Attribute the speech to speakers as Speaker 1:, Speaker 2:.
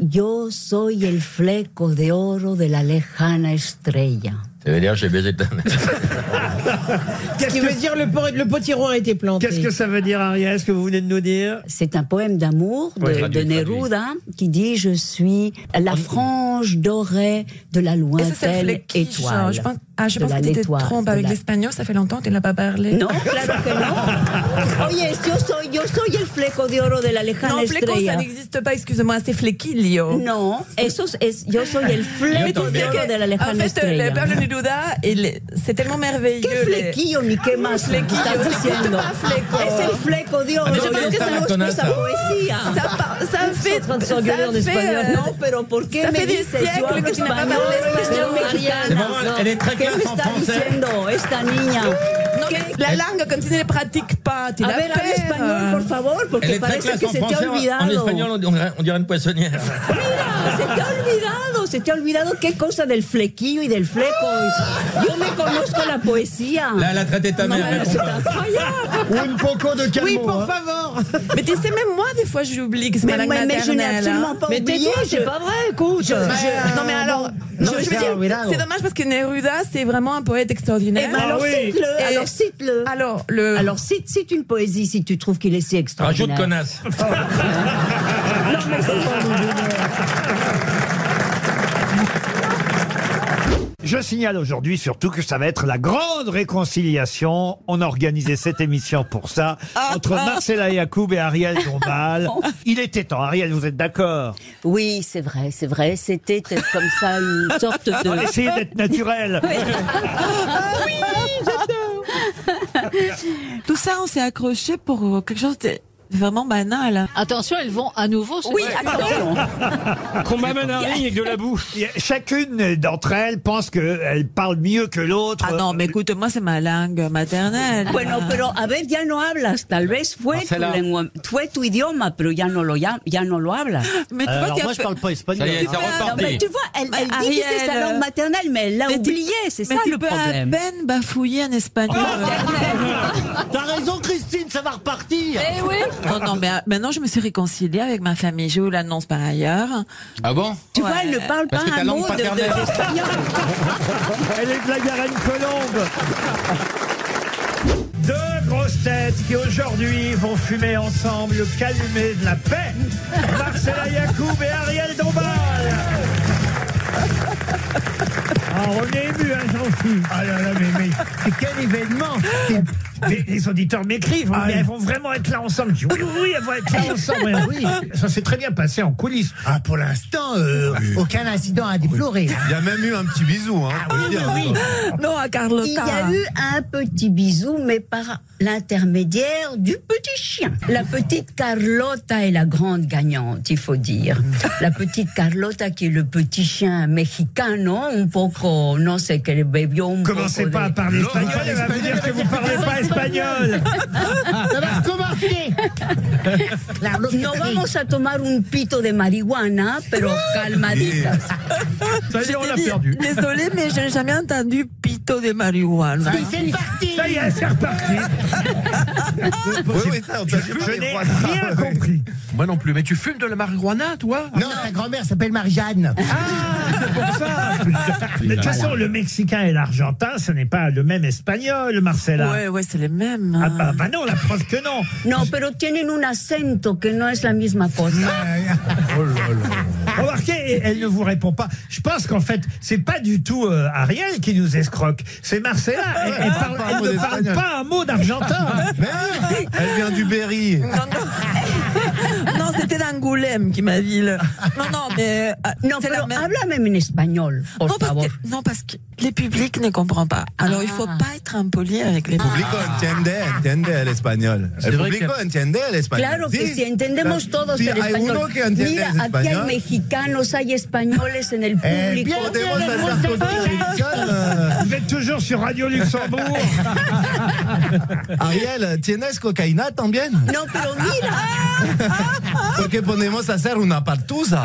Speaker 1: Yo soy el fleco de oro de la lejana estrella.
Speaker 2: Ça veut dire j'ai baisé ta mère.
Speaker 3: Qu'est-ce
Speaker 4: qui veut
Speaker 3: que,
Speaker 4: dire le, por- le potiron a été planté.
Speaker 3: qu'est-ce que ça veut dire, Ariel, ce que vous venez de nous dire
Speaker 1: C'est un poème d'amour de,
Speaker 2: Ouais, traduit,
Speaker 1: de Neruda qui dit Je suis la frange dorée de la
Speaker 5: Et ça, c'est le
Speaker 1: lointaine
Speaker 5: flequiche, hein.
Speaker 1: étoile.
Speaker 5: Je pense, ah, je
Speaker 1: De
Speaker 5: pense
Speaker 1: la
Speaker 5: que tu te
Speaker 1: l'étoile,
Speaker 5: trompes
Speaker 1: de
Speaker 5: avec
Speaker 1: la-
Speaker 5: l'espagnol, ça fait longtemps que tu n'as pas parlé.
Speaker 1: No, claro que no. Oye, yo soy, yo soy el fleco de oro de la lejana
Speaker 5: non fleco, ça
Speaker 1: estrella.
Speaker 5: n'existe pas, excuse-moi, c'est flequillo.
Speaker 1: No, eso es, es- yo soy el fleco de oro de la
Speaker 5: en
Speaker 1: lejana
Speaker 5: fait, euh, le
Speaker 1: estrella.
Speaker 5: Pablo Neruda, il- c'est tellement merveilleux.
Speaker 1: ¿Qué
Speaker 5: les-
Speaker 1: flequillo ni qué más
Speaker 5: Ah, Flequillo,
Speaker 1: estás
Speaker 5: se
Speaker 1: diciendo?
Speaker 5: llama fleco.
Speaker 1: Es el fleco de oro.
Speaker 5: Pero yo creo que
Speaker 1: Yo
Speaker 5: se lo
Speaker 1: conozco esa
Speaker 2: conozco.
Speaker 1: poesía.
Speaker 5: Ça, par- ça
Speaker 4: suis en
Speaker 5: fait.
Speaker 4: train de
Speaker 5: ça
Speaker 4: s'engueuler en
Speaker 5: fait,
Speaker 4: espagnol.
Speaker 5: euh,
Speaker 1: No, pero ¿por qué
Speaker 5: Ça
Speaker 1: me
Speaker 5: fait des
Speaker 1: dices yo
Speaker 5: siècles
Speaker 1: hablo
Speaker 5: que tu n'as pas
Speaker 1: español,
Speaker 5: parlé
Speaker 1: yo soy
Speaker 5: espagnol,
Speaker 1: mexicana?
Speaker 2: C'est marrant, elle est très
Speaker 1: ¿Qué
Speaker 2: claire
Speaker 1: me
Speaker 2: en
Speaker 1: está
Speaker 2: français.
Speaker 1: diciendo esta niña?
Speaker 5: non, mais la langue, comme tu ne la pratiques pas, tu
Speaker 1: A
Speaker 5: la
Speaker 1: ver, habla
Speaker 5: perds.
Speaker 1: español, por favor,
Speaker 2: Elle
Speaker 1: porque
Speaker 2: est très
Speaker 1: parece
Speaker 2: classe
Speaker 1: que
Speaker 2: en
Speaker 1: se te
Speaker 2: français.
Speaker 1: ha
Speaker 2: En
Speaker 1: olvidado.
Speaker 2: espagnol, on dirait, on dirait une poissonnière.
Speaker 1: Mira, se te ha olvidado, se te ha olvidado qué cosa del flequillo y del fleco. Yo me conozco la poesía.
Speaker 2: Là, elle a traité ta mère.
Speaker 1: Bueno,
Speaker 2: elle
Speaker 1: c'est
Speaker 2: comprend.
Speaker 1: incroyable.
Speaker 4: Ou une poco de calmo. Oui,
Speaker 6: hein
Speaker 4: pour favor.
Speaker 5: Mais tu sais, même moi, des fois, j'oublie que c'est ma
Speaker 1: Mais, mais-
Speaker 5: langue
Speaker 1: mais je n'ai
Speaker 5: maternelle. hein.
Speaker 1: absolument pas
Speaker 4: Mais
Speaker 1: oublié.
Speaker 4: tais-toi,
Speaker 1: je-
Speaker 4: c'est pas vrai, écoute.
Speaker 5: Je- non mais alors, je-
Speaker 4: Non,
Speaker 5: je
Speaker 4: c'est
Speaker 5: veux
Speaker 4: ça,
Speaker 5: dire,
Speaker 4: Wilao.
Speaker 5: c'est dommage parce que Neruda c'est vraiment un poète
Speaker 1: Eh
Speaker 5: extraordinaire.
Speaker 7: Ah
Speaker 1: ben, alors,
Speaker 3: oui.
Speaker 1: cite-le,
Speaker 5: Et-
Speaker 1: alors cite-le.
Speaker 5: Alors le
Speaker 1: Alors cite, cite une poésie si tu trouves qu'il est si extraordinaire.
Speaker 2: Rajoute connasse.
Speaker 4: Je signale aujourd'hui surtout que ça va être la grande réconciliation. On a organisé cette émission pour ça,
Speaker 7: Ah,
Speaker 4: entre Marcela Yacoub et Ariel Dombal. Il était temps. Ariel, vous êtes d'accord
Speaker 1: Oui, c'est vrai, c'est vrai. C'était euh, comme ça une sorte
Speaker 4: On
Speaker 1: de.
Speaker 4: Essayez d'être naturel.
Speaker 7: Tout ça, on s'est accroché pour euh, quelque chose de vraiment banal.
Speaker 8: Attention, elles vont à nouveau se
Speaker 1: Oui, attention.
Speaker 9: Qu'on m'amène un ring avec de la bouffe.
Speaker 4: Il y a- Chacune d'entre elles pense qu'elle parle mieux que l'autre.
Speaker 7: Ah non, mais écoute, moi, c'est ma langue maternelle.
Speaker 1: Bueno, pero a ver, ya no hablas. Tal vez fue tu
Speaker 9: Marcela.
Speaker 1: lengua, fue tu idioma, pero ya no lo ya, ya no lo hablas.
Speaker 7: Mais tu vois
Speaker 6: Alors
Speaker 7: qu'il y a
Speaker 6: moi je
Speaker 7: peu-
Speaker 6: parle pas
Speaker 2: Ça y
Speaker 6: espagnol.
Speaker 2: est, ça
Speaker 7: Ah,
Speaker 1: Non, mais
Speaker 2: repartit.
Speaker 1: tu vois, elle, elle
Speaker 7: Mais
Speaker 1: dit que c'est sa
Speaker 7: Ariel,
Speaker 1: langue maternelle, mais elle l'a
Speaker 7: mais tu-
Speaker 1: oublié. C'est ça
Speaker 7: mais tu
Speaker 1: le
Speaker 7: peux à
Speaker 1: problème.
Speaker 7: peine bafouiller en espagnol.
Speaker 6: T'as raison Christine, ça va repartir.
Speaker 8: Eh oui
Speaker 7: non, non, mais euh, maintenant, je me suis réconciliée avec ma famille. Je vous l'annonce par ailleurs.
Speaker 2: Ah bon
Speaker 1: Tu vois, elle ne parle pas
Speaker 2: Parce que ta
Speaker 1: un
Speaker 2: langue
Speaker 1: mot de- de-
Speaker 2: paternelle.
Speaker 1: d'espagnol.
Speaker 4: Elle est de la Garenne-Colombe. Deux grosses têtes qui aujourd'hui vont fumer ensemble le calumet de la paix. Marcela Yacoub et Ariel Dombal. Ah, on est ému, hein, jean philippe Ah là là, mais, mais c'est quel événement Ah les, les auditeurs m'écrivent, mais elles vont vraiment être là ensemble. Je dis, oui, oui, oui, elles vont être là ensemble. Eh, Oui, ça s'est très bien passé en coulisses.
Speaker 6: Ah pour l'instant euh, aucun incident à déplorer.
Speaker 4: Ah,
Speaker 10: Il y a même eu un petit bisou.
Speaker 6: Ah
Speaker 10: Hein, faut le
Speaker 6: bah
Speaker 10: dire.
Speaker 5: non à Carlotta.
Speaker 1: Il y a eu un petit bisou, mais par l'intermédiaire du petit chien. La petite Carlota est la grande gagnante, il faut dire. La petite Carlota qui est le petit chien mexicano, un poco, no sé, que le bebió un
Speaker 4: Commencez
Speaker 1: poco
Speaker 4: pas à
Speaker 1: de-
Speaker 4: parler
Speaker 10: Non,
Speaker 4: espagnol, elle va vous dire que vous parlez pas espagnol.
Speaker 6: Ça va recommencer. La
Speaker 1: No vamos a tomar un pito de marihuana,
Speaker 7: Oh,
Speaker 1: pero calmaditas.
Speaker 4: Ça y est, on l'a perdu.
Speaker 7: Désolée, mais je n'ai jamais entendu pito de marijuana.
Speaker 6: c'est parti.
Speaker 4: Ça y est, c'est reparti.
Speaker 10: Oui, oui, ça, on t'a dit
Speaker 4: Je n'ai
Speaker 10: marijuana.
Speaker 4: rien compris.
Speaker 9: Moi non plus. Mais tu fumes de la marijuana, toi
Speaker 6: Non, ta grand-mère s'appelle Marie-Jeanne.
Speaker 4: De toute façon, le Mexicain et l'Argentin, ce n'est pas le même espagnol, Marcela.
Speaker 7: Ouais, ouais, c'est les mêmes. hein.
Speaker 4: Ah bah, bah non, la preuve que non.
Speaker 1: No, pero tienen un acento que no es la misma cosa.
Speaker 10: Oh
Speaker 4: Remarquez, elle ne vous répond pas. Je pense qu'en fait, c'est pas du tout euh, Ariel qui nous escroque. C'est Marcela. Elle, elle parle-
Speaker 10: pas un
Speaker 4: elle
Speaker 10: mot
Speaker 4: ne parle
Speaker 10: d'espagnol.
Speaker 4: pas un mot d'argentin.
Speaker 10: Elle vient du Berry.
Speaker 1: Ah.
Speaker 7: Non, non. Non, c'était d'Angoulême qui m'a dit. le- Non, non, mais. euh,
Speaker 1: No,
Speaker 7: c'est la
Speaker 1: pero
Speaker 7: même-
Speaker 1: háblame en español, por
Speaker 7: non, parce
Speaker 1: favor.
Speaker 7: que, non, parce que les publics ne comprennent pas. Alors, il faut pas être impoli avec les publics.
Speaker 10: Publico entiende, entiende el español. El
Speaker 9: vrai
Speaker 10: público entiende el español.
Speaker 1: Claro que sí, entendemos todos
Speaker 10: Sí,
Speaker 1: el
Speaker 10: hay uno
Speaker 1: español.
Speaker 10: que entiende
Speaker 1: Mira, aquí
Speaker 10: el
Speaker 1: hay
Speaker 10: español.
Speaker 1: mexicanos, hay españoles en el
Speaker 10: Eh,
Speaker 1: público.
Speaker 10: podemos hacer contribución, eh.
Speaker 4: Vous êtes toujours sur Radio Luxembourg.
Speaker 10: Ariel, ¿tienes cocaína también?
Speaker 1: No, pero mira,
Speaker 10: Porque podemos hacer una partusa.